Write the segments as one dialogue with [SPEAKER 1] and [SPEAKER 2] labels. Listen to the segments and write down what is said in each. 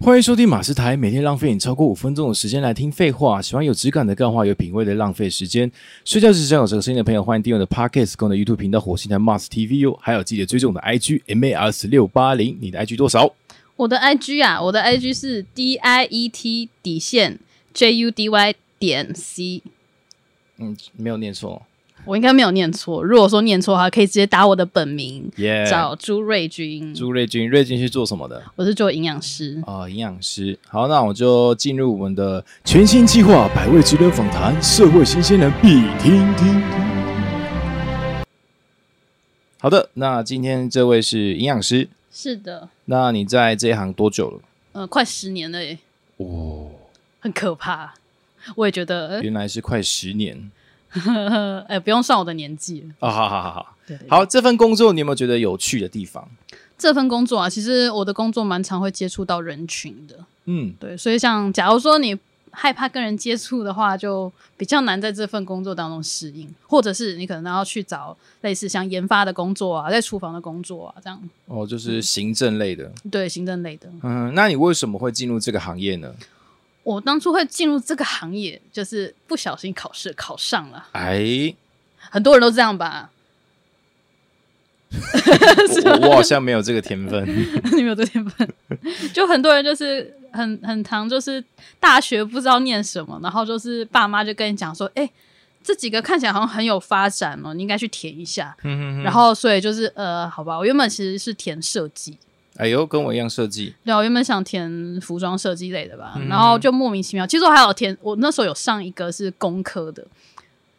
[SPEAKER 1] 欢迎收听马斯台，每天浪费你超过五分钟的时间来听废话。喜欢有质感的干话，有品味的浪费时间。睡觉时想有这个声音的朋友，欢迎订阅我的 Podcast 跟我的 YouTube 频道火星台 Mars TVU，还哦有记得追踪我的 IG MAS 六八零。你的 IG 多少？
[SPEAKER 2] 我的 IG 啊，我的 IG 是 D I E T 底线 J U D Y 点 C，
[SPEAKER 1] 嗯，没有念错。
[SPEAKER 2] 我应该没有念错。如果说念错的话，可以直接打我的本名，
[SPEAKER 1] 耶、
[SPEAKER 2] 找朱瑞君。
[SPEAKER 1] 哎朱瑞君，瑞君是做什么的？
[SPEAKER 2] 我是做营养师，
[SPEAKER 1] 啊、营养师。好，那我就进入我们的全新计划——百味职人访谈，社会新鲜人必听听。好的，那今天这位是营养师，
[SPEAKER 2] 是的，
[SPEAKER 1] 那你在这一行多久了？
[SPEAKER 2] 呃，快十年了耶，
[SPEAKER 1] 哦，
[SPEAKER 2] 很可怕。我也觉得，
[SPEAKER 1] 原来是快十年
[SPEAKER 2] 呃， 哎，不用算我的年纪了。
[SPEAKER 1] 啊！好好好好
[SPEAKER 2] 对，
[SPEAKER 1] 好，这份工作你有没有觉得有趣的地方？
[SPEAKER 2] 这份工作啊，其实我的工作蛮常会接触到人群的，
[SPEAKER 1] 嗯，
[SPEAKER 2] 对，所以像假如说你害怕跟人接触的话，就比较难在这份工作当中适应，或者是你可能要去找类似像研发的工作啊，在厨房的工作啊，这样
[SPEAKER 1] 哦，就是行政类的。
[SPEAKER 2] 对行政类的。
[SPEAKER 1] 嗯，那你为什么会进入这个行业呢？
[SPEAKER 2] 我当初会进入这个行业，就是不小心考试考上了，
[SPEAKER 1] 哎，
[SPEAKER 2] 很多人都这样吧？
[SPEAKER 1] 我我我好像没有这个天分。
[SPEAKER 2] 你没有这天分，就很多人就是很很常就是大学不知道念什么，然后就是爸妈就跟你讲说，哎、这几个看起来好像很有发展哦，你应该去填一下。
[SPEAKER 1] 嗯
[SPEAKER 2] 然后所以就是呃，好吧，我原本其实是填设计，
[SPEAKER 1] 哎呦，跟我一样设计。
[SPEAKER 2] 对啊，我原本想填服装设计类的吧，
[SPEAKER 1] 嗯
[SPEAKER 2] 然后就莫名其妙，其实我还有填，我那时候有上一个是工科的。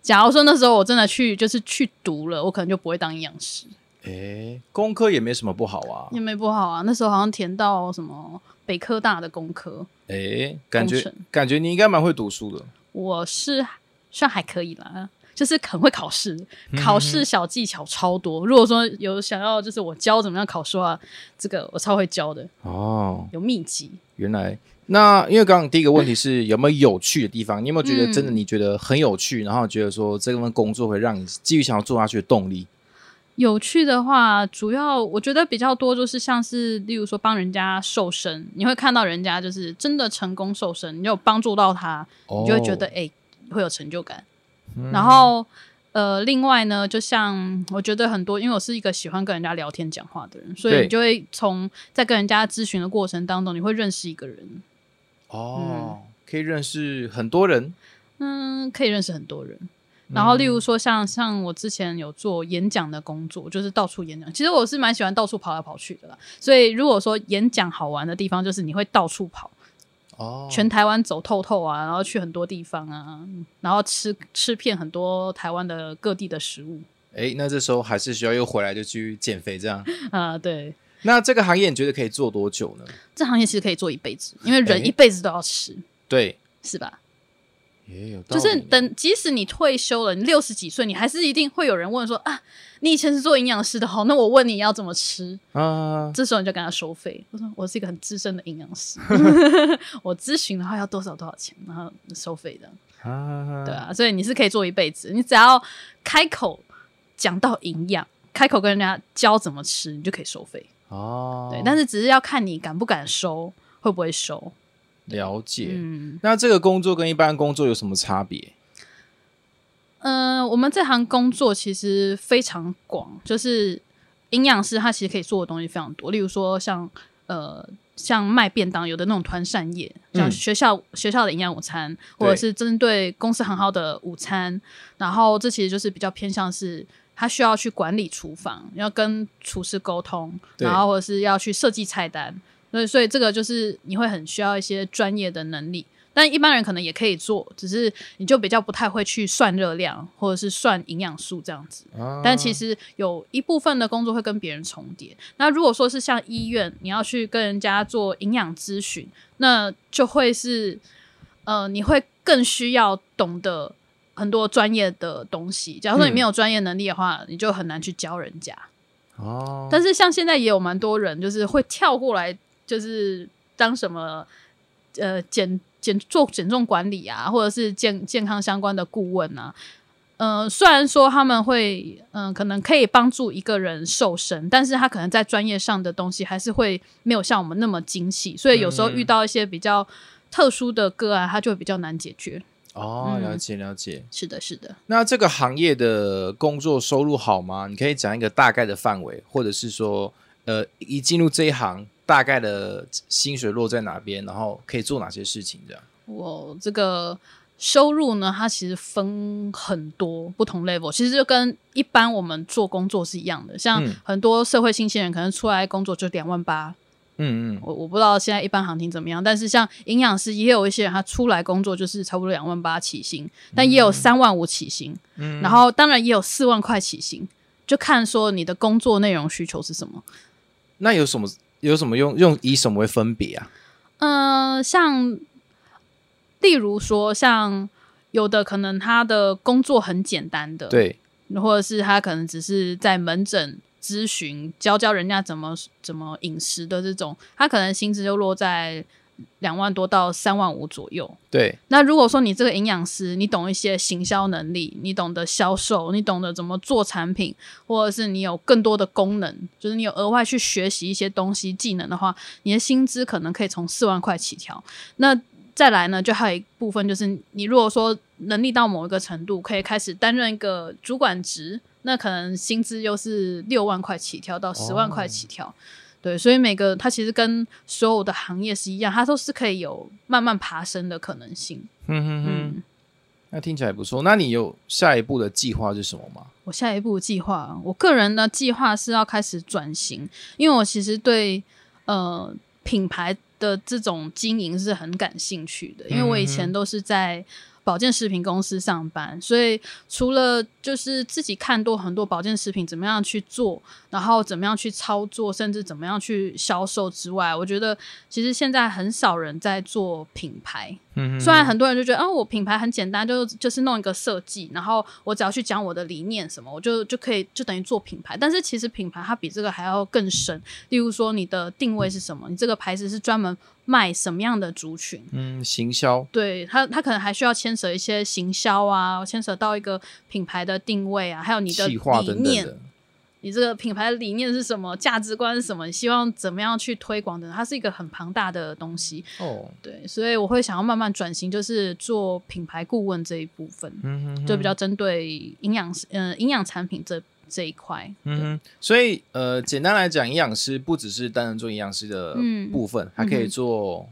[SPEAKER 2] 假如说那时候我真的去就是去读了，我可能就不会当营养师，
[SPEAKER 1] 哎，工科也没什么不好啊。
[SPEAKER 2] 也没不好啊。那时候好像填到什么北科大的工科，
[SPEAKER 1] 哎，感
[SPEAKER 2] 工
[SPEAKER 1] 觉
[SPEAKER 2] 程
[SPEAKER 1] 感觉你应该蛮会读书的。
[SPEAKER 2] 我是算还可以啦，就是很会考试，考试小技巧超多。如果说有想要就是我教怎么样考试的话，这个我超会教的，
[SPEAKER 1] 哦，
[SPEAKER 2] 有秘籍。
[SPEAKER 1] 原来那因为刚刚第一个问题是有没有有趣的地方，你有没有觉得
[SPEAKER 2] 嗯
[SPEAKER 1] 真的你觉得很有趣，然后觉得说这份工作会让你继续想要做下去的动力？
[SPEAKER 2] 有趣的话，主要我觉得比较多就是像是，例如说帮人家瘦身，你会看到人家就是真的成功瘦身，你有帮助到他，
[SPEAKER 1] 哦嗯
[SPEAKER 2] 你就会觉得哎、诶会有成就感。然后呃，另外呢，就像我觉得很多，因为我是一个喜欢跟人家聊天讲话的人，所以
[SPEAKER 1] 对
[SPEAKER 2] 你就会从在跟人家咨询的过程当中，你会认识一个人，
[SPEAKER 1] 哦，可以认识很多人。
[SPEAKER 2] 嗯，可以认识很多人。然后，例
[SPEAKER 1] 嗯
[SPEAKER 2] 如说像像我之前有做演讲的工作，就是到处演讲。其实我是蛮喜欢到处跑来跑去的啦。所以如果说演讲好玩的地方，就是你会到处跑，
[SPEAKER 1] 哦，
[SPEAKER 2] 全台湾走透透啊，然后去很多地方啊，然后吃吃遍很多台湾的各地的食物
[SPEAKER 1] 哎，那这时候还是需要又回来就去减肥这样。
[SPEAKER 2] 啊、对，
[SPEAKER 1] 那这个行业你觉得可以做多久呢？
[SPEAKER 2] 这行业其实可以做一辈子，因为
[SPEAKER 1] 哎
[SPEAKER 2] 人一辈子都要吃，
[SPEAKER 1] 对，
[SPEAKER 2] 是吧？
[SPEAKER 1] 也有道
[SPEAKER 2] 就
[SPEAKER 1] 理
[SPEAKER 2] 是等，即使你退休了，你六十几岁，你还是一定会有人问说啊，你以前是做营养师的，好，那我问你要怎么吃？
[SPEAKER 1] 啊，
[SPEAKER 2] 这时候你就跟他收费。我说我是一个很资深的营养师， 我咨询的话要多少多少钱，然后收费的，
[SPEAKER 1] 啊
[SPEAKER 2] 对啊，所以你是可以做一辈子，你只要开口讲到营养，开口跟人家教怎么吃，你就可以收费。
[SPEAKER 1] 哦，
[SPEAKER 2] 对，但是只是要看你敢不敢收，会不会收。
[SPEAKER 1] 了解。
[SPEAKER 2] 嗯
[SPEAKER 1] 那这个工作跟一般工作有什么差别？
[SPEAKER 2] 呃，我们这行工作其实非常广，就是营养师他其实可以做的东西非常多，例如说像呃像卖便当，有的那种团膳业，像
[SPEAKER 1] 嗯
[SPEAKER 2] 学校、学校的营养午餐，或者
[SPEAKER 1] 对
[SPEAKER 2] 是针对公司行号的午餐，然后这其实就是比较偏向是。他需要去管理厨房，要跟厨师沟通，
[SPEAKER 1] 对
[SPEAKER 2] 然后或者是要去设计菜单，所以所以这个就是你会很需要一些专业的能力。但一般人可能也可以做，只是你就比较不太会去算热量或者是算营养素这样子。但其实有一部分的工作会跟别人重叠。那如果说是像医院，你要去跟人家做营养咨询，那就会是呃，你会更需要懂得很多专业的东西。假如说你
[SPEAKER 1] 嗯
[SPEAKER 2] 没有专业能力的话，你就很难去教人家。
[SPEAKER 1] 哦，
[SPEAKER 2] 但是像现在也有蛮多人，就是会跳过来，就是当什么呃减减做减重管理啊，或者是健健康相关的顾问啊。呃，虽然说他们会，嗯、可能可以帮助一个人瘦身，但是他可能在专业上的东西还是会没有像我们那么精细，所以有时候遇到一些比较特殊的个案，他就会比较难解决。
[SPEAKER 1] 哦，
[SPEAKER 2] 嗯
[SPEAKER 1] 了解了解。
[SPEAKER 2] 是的，是的。
[SPEAKER 1] 那这个行业的工作收入好吗？你可以讲一个大概的范围，或者是说，呃，一进入这一行，大概的薪水落在哪边，然后可以做哪些事情这样。
[SPEAKER 2] 我哦这个收入呢，它其实分很多不同 level，其实就跟一般我们做工作是一样的。像
[SPEAKER 1] 嗯
[SPEAKER 2] 很多社会新鲜人可能出来工作就两万八，
[SPEAKER 1] 嗯嗯，
[SPEAKER 2] 我我不知道现在一般行情怎么样，但是像营养师也有一些人他出来工作就是差不多两万八起薪，但也有三万五起薪，
[SPEAKER 1] 嗯
[SPEAKER 2] 然后当然也有四万块起薪，就看说你的工作内容需求是什么。
[SPEAKER 1] 那有什么有什么用用以什么为分别啊？
[SPEAKER 2] 嗯，像例如说，像有的可能他的工作很简单的，，
[SPEAKER 1] 对，
[SPEAKER 2] 或者是他可能只是在门诊咨询，教教人家怎么怎么饮食的这种，他可能薪资就落在两万多到三万五左右。
[SPEAKER 1] 对，
[SPEAKER 2] 那如果说你这个营养师，你懂一些行销能力，你懂得销售，你懂得怎么做产品，或者是你有更多的功能，就是你有额外去学习一些东西技能的话，你的薪资可能可以从四万块起跳。那再来呢，就还有一部分就是你如果说能力到某一个程度，可以开始担任一个主管职，那可能薪资又是六万块起跳到十万块起跳。对，所以每个它其实跟所有的行业是一样，它都是可以有慢慢爬升的可能性。
[SPEAKER 1] 嗯哼哼，
[SPEAKER 2] 嗯，
[SPEAKER 1] 那听起来不错。那你有下一步的计划是什么吗？
[SPEAKER 2] 我下一步计划，啊我个人的计划是要开始转型，因为我其实对呃品牌的这种经营是很感兴趣的，因为我以前都是在。保健食品公司上班，所以除了就是自己看多很多保健食品怎么样去做，然后怎么样去操作，甚至怎么样去销售之外，我觉得其实现在很少人在做品牌，
[SPEAKER 1] 嗯
[SPEAKER 2] 虽然很多人就觉得，哦，我品牌很简单，就就是弄一个设计，然后我只要去讲我的理念什么，我就就可以就等于做品牌。但是其实品牌它比这个还要更深，例如说你的定位是什么，你这个牌子是专门卖什么样的族群。
[SPEAKER 1] 嗯，行销，
[SPEAKER 2] 对它，它可能还需要牵扯一些行销啊，牵扯到一个品牌的定位啊，还有你的
[SPEAKER 1] 企划
[SPEAKER 2] 理
[SPEAKER 1] 等等
[SPEAKER 2] 念，
[SPEAKER 1] 的。
[SPEAKER 2] 你这个品牌的理念是什么，价值观是什么，你希望怎么样去推广的，它是一个很庞大的东西。
[SPEAKER 1] 哦，
[SPEAKER 2] 对，所以我会想要慢慢转型，就是做品牌顾问这一部分，
[SPEAKER 1] 嗯哼哼
[SPEAKER 2] 就比较针对营养师，嗯、营养产品这这一块。
[SPEAKER 1] 嗯，所以呃，简单来讲，营养师不只是单纯做营养师的
[SPEAKER 2] 嗯
[SPEAKER 1] 部分，还可以
[SPEAKER 2] 嗯哼
[SPEAKER 1] 做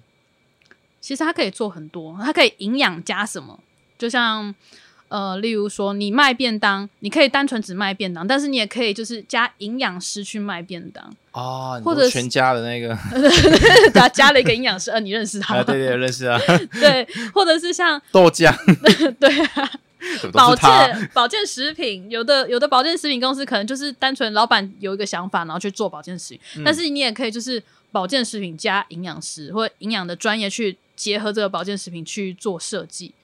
[SPEAKER 2] 其实它可以做很多，它可以营养加什么，就像。呃，例如说，你卖便当，你可以单纯只卖便当，但是你也可以就是加营养师去卖便当，
[SPEAKER 1] 啊，你
[SPEAKER 2] 或
[SPEAKER 1] 说
[SPEAKER 2] 者是
[SPEAKER 1] 全家的 那个
[SPEAKER 2] 加加了一个营养师，呃，你认识他
[SPEAKER 1] 啊，
[SPEAKER 2] 吗？
[SPEAKER 1] 对 对，认识啊，
[SPEAKER 2] 对，或者是像
[SPEAKER 1] 豆 浆，
[SPEAKER 2] 对啊，
[SPEAKER 1] 都
[SPEAKER 2] 保
[SPEAKER 1] 是他，
[SPEAKER 2] 健保健食品，有的有的保健食品公司可能就是单纯老板有一个想法，然后去做保健食品，
[SPEAKER 1] 嗯
[SPEAKER 2] 但是你也可以就是保健食品加营养师或营养的专业去结合这个保健食品去做设计。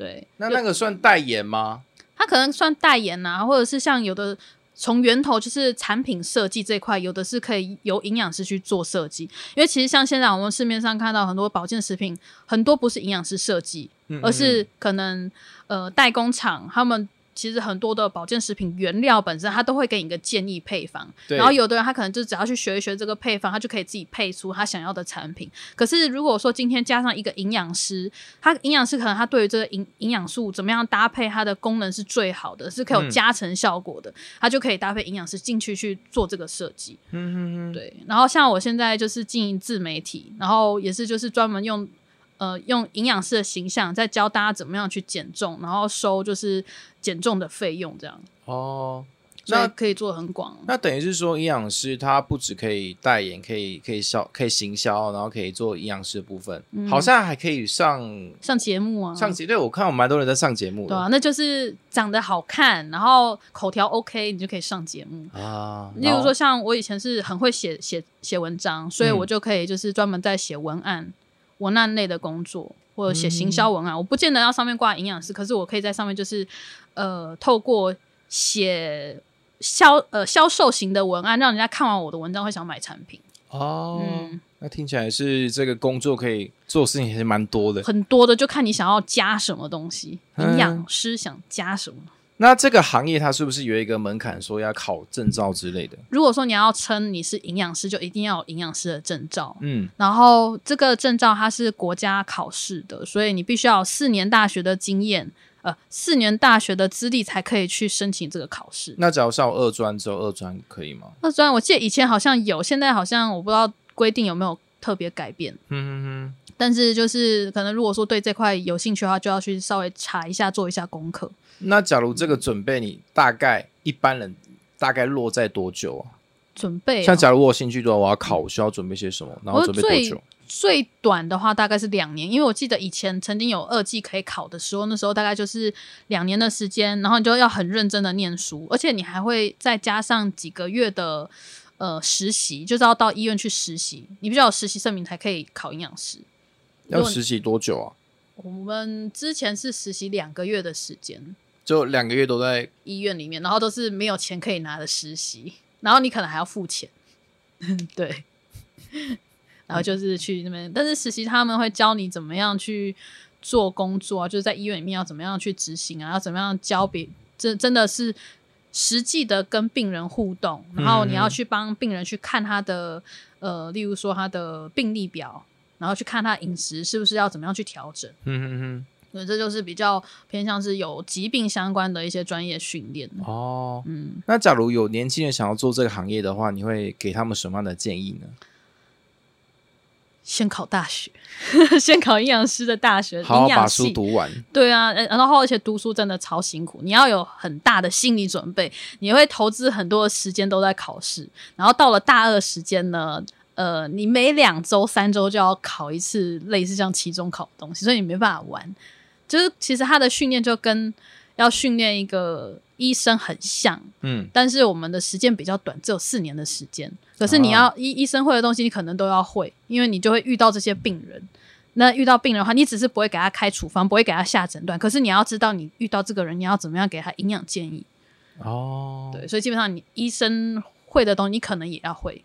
[SPEAKER 2] 对，
[SPEAKER 1] 那那个算代言吗？
[SPEAKER 2] 它可能算代言啊，或者是像有的从源头就是产品设计这一块，有的是可以由营养师去做设计，因为其实像现在我们市面上看到很多保健食品，很多不是营养师设计，
[SPEAKER 1] 嗯
[SPEAKER 2] 而是可能呃代工厂他们。其实很多的保健食品原料本身，它都会给你一个建议配方，
[SPEAKER 1] 对
[SPEAKER 2] 然后有的人他可能就只要去学一学这个配方，他就可以自己配出他想要的产品。可是如果说今天加上一个营养师，他营养师可能他对于这个营营养素怎么样搭配它的功能是最好的，是可以有
[SPEAKER 1] 嗯
[SPEAKER 2] 加成效果的，他就可以搭配营养师进去去做这个设计。
[SPEAKER 1] 嗯嗯嗯，
[SPEAKER 2] 对，然后像我现在就是经营自媒体，然后也是就是专门用呃用营养师的形象在教大家怎么样去减重，然后收就是减重的费用这样，
[SPEAKER 1] 哦，
[SPEAKER 2] 所以
[SPEAKER 1] 那
[SPEAKER 2] 可以做得很广。
[SPEAKER 1] 那等于是说，营养师他不只可以代言，可以可以销，可以行销，然后可以做营养师的部分，
[SPEAKER 2] 嗯
[SPEAKER 1] 好像还可以上
[SPEAKER 2] 上节目啊，
[SPEAKER 1] 上节，对我看有蛮多人在上节目
[SPEAKER 2] 对
[SPEAKER 1] 的
[SPEAKER 2] 啊，那就是长得好看，然后口条 OK，你就可以上节目。
[SPEAKER 1] 啊，
[SPEAKER 2] 例如说，像我以前是很会写写写文
[SPEAKER 1] 嗯
[SPEAKER 2] 章，所以我就可以就是专门在写文案、文案类的工作，或者写行销文案。
[SPEAKER 1] 嗯
[SPEAKER 2] 我不见得要上面挂营养师，可是我可以在上面就是呃，透过写销呃销售型的文案，让人家看完我的文章会想买产品。
[SPEAKER 1] 然后哦。
[SPEAKER 2] 嗯，
[SPEAKER 1] 那听起来是这个工作可以做的事情还是蛮多的。
[SPEAKER 2] 很多的就看你想要加什么东西，
[SPEAKER 1] 嗯
[SPEAKER 2] 营养师想加什么。
[SPEAKER 1] 那这个行业它是不是有一个门槛，说要考证照之类的？
[SPEAKER 2] 如果说你要称你是营养师，就一定要有营养师的证照。
[SPEAKER 1] 嗯，
[SPEAKER 2] 然后这个证照它是国家考试的，所以你必须要有四年大学的经验，呃，四年大学的资历才可以去申请这个考试。
[SPEAKER 1] 那假如上二专之后，二专可以吗？
[SPEAKER 2] 那虽然我记得以前好像有，现在好像我不知道规定有没有特别改变，
[SPEAKER 1] 嗯哼
[SPEAKER 2] 但是就是可能如果说对这块有兴趣的话，就要去稍微查一下，做一下功课。
[SPEAKER 1] 哼。那假如这个准备，你大概一般人大概落在多久啊？
[SPEAKER 2] 准备哦、
[SPEAKER 1] 像假如我有兴趣的话，我要考，我需要准备些什么？然后
[SPEAKER 2] 我
[SPEAKER 1] 准备多
[SPEAKER 2] 最
[SPEAKER 1] 久？
[SPEAKER 2] 最短的话大概是两年，因为我记得以前曾经有二技可以考的时候，那时候大概就是两年的时间，然后你就要很认真的念书，而且你还会再加上几个月的呃实习，就是要到医院去实习，你必须要有实习证明才可以考营养师。
[SPEAKER 1] 要实习多久啊？
[SPEAKER 2] 我们之前是实习两个月的时间，
[SPEAKER 1] 就两个月都在
[SPEAKER 2] 医院里面，然后都是没有钱可以拿的实习，然后你可能还要付钱， 对，然后就是去那边，但是实习他们会教你怎么样去做工作啊，就是在医院里面要怎么样去执行啊，要怎么样教别，这真的是实际的跟病人互动，然后你要去帮病人去看他的呃，例如说他的病历表，然后去看他饮食是不是要怎么样去调整。
[SPEAKER 1] 嗯
[SPEAKER 2] 对，这就是比较偏向是有疾病相关的一些专业训练。
[SPEAKER 1] 哼哼，哦。
[SPEAKER 2] 嗯，
[SPEAKER 1] 那假如有年轻人想要做这个行业的话，你会给他们什么样的建议呢？
[SPEAKER 2] 先考大学， 先考营养师的大学，
[SPEAKER 1] 好好
[SPEAKER 2] 呃营
[SPEAKER 1] 把
[SPEAKER 2] 养
[SPEAKER 1] 书
[SPEAKER 2] 系。
[SPEAKER 1] 读完。
[SPEAKER 2] 对啊，呃然后而且读书真的超辛苦，你要有很大的心理准备，你会投资很多的时间都在考试，然后到了大二时间呢。呃，你每两周、三周就要考一次类似像期中考的东西，所以你没办法玩。就是其实他的训练就跟要训练一个医生很像，
[SPEAKER 1] 嗯，
[SPEAKER 2] 但是我们的时间比较短，只有四年的时间。可是你要、医医生会的东西，你可能都要会，因为你就会遇到这些病人。那遇到病人的话，你只是不会给他开处方，不会给他下诊断，可是你要知道你遇到这个人，你要怎么样给他营养建议。
[SPEAKER 1] 哦，
[SPEAKER 2] 对，所以基本上你医生会的东西，你可能也要会。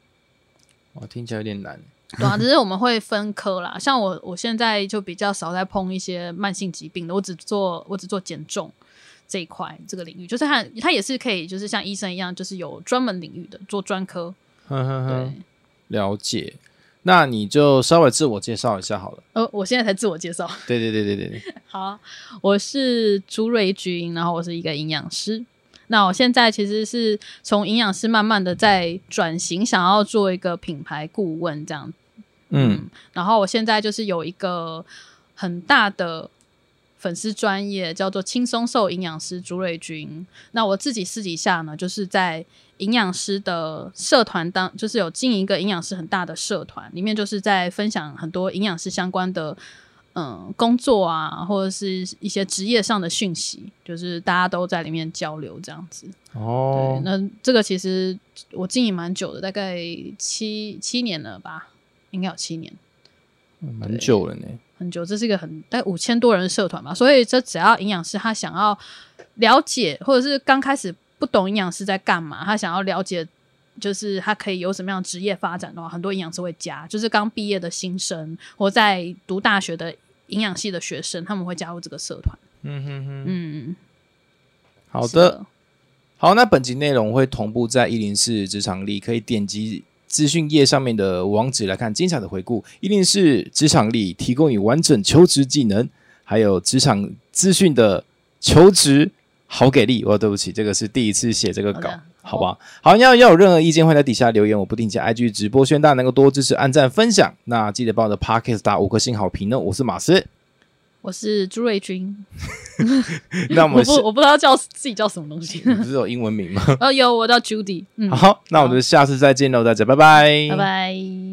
[SPEAKER 1] 哇，哦听起来有点难。
[SPEAKER 2] 对啊，只是我们会分科啦。像我，我现在就比较少在碰一些慢性疾病的，我只做我只做减重这一块这个领域，就是它它也是可以，就是像医生一样，就是有专门领域的做专科。
[SPEAKER 1] 哼哼
[SPEAKER 2] 对，
[SPEAKER 1] 哼，了解。那你就稍微自我介绍一下好了。
[SPEAKER 2] 呃，我现在才自我介绍。
[SPEAKER 1] 对对对对对，
[SPEAKER 2] 好，我是朱瑞君，然后我是一个营养师。那我现在其实是从营养师慢慢的在转型，想要做一个品牌顾问这样。
[SPEAKER 1] 嗯，
[SPEAKER 2] 然后我现在就是有一个很大的粉丝专业，叫做轻松瘦营养师朱瑞君。那我自己私底下呢，就是在营养师的社团当，就是有经营一个营养师很大的社团，里面就是在分享很多营养师相关的。嗯，工作啊，或者是一些职业上的讯息，就是大家都在里面交流这样子。对，
[SPEAKER 1] 哦，
[SPEAKER 2] 那这个其实我经营蛮久的，大概七七年了吧，应该有七年。
[SPEAKER 1] 蛮久了呢。
[SPEAKER 2] 很久，这是一个很大概五千多人的社团嘛，所以这只要营养师他想要了解，或者是刚开始不懂营养师在干嘛，他想要了解，就是他可以有什么样的职业发展的话，很多营养师会加，就是刚毕业的新生或在读大学的营养系的学生，他们会加入这个社团。
[SPEAKER 1] 嗯哼哼，
[SPEAKER 2] 嗯，
[SPEAKER 1] 好
[SPEAKER 2] 是
[SPEAKER 1] 的，，好，那本集内容会同步在一零四职场力，可以点击资讯页上面的网址来看精彩的回顾。一零四职场力提供你完整求职技能，还有职场资讯的求职好给力。哦，对不起，这个是第一次写这个
[SPEAKER 2] 好
[SPEAKER 1] 稿
[SPEAKER 2] 的。
[SPEAKER 1] 好吧，好，要要有任何意见，欢迎在底下留言。我不定期 IG 直播，希望大家能够多支持、按赞、分享。那记得帮我的 Podcast 打五颗星好评哦。我是马 斯，
[SPEAKER 2] 我是朱瑞君，
[SPEAKER 1] 那我
[SPEAKER 2] 我
[SPEAKER 1] 们
[SPEAKER 2] 不
[SPEAKER 1] 是
[SPEAKER 2] 我不知道叫自己叫什么东西，
[SPEAKER 1] 不是有英文名吗？
[SPEAKER 2] 哦，有我叫 Judy，嗯，
[SPEAKER 1] 好，那我们就下次再见喽，大家拜拜，
[SPEAKER 2] 拜拜。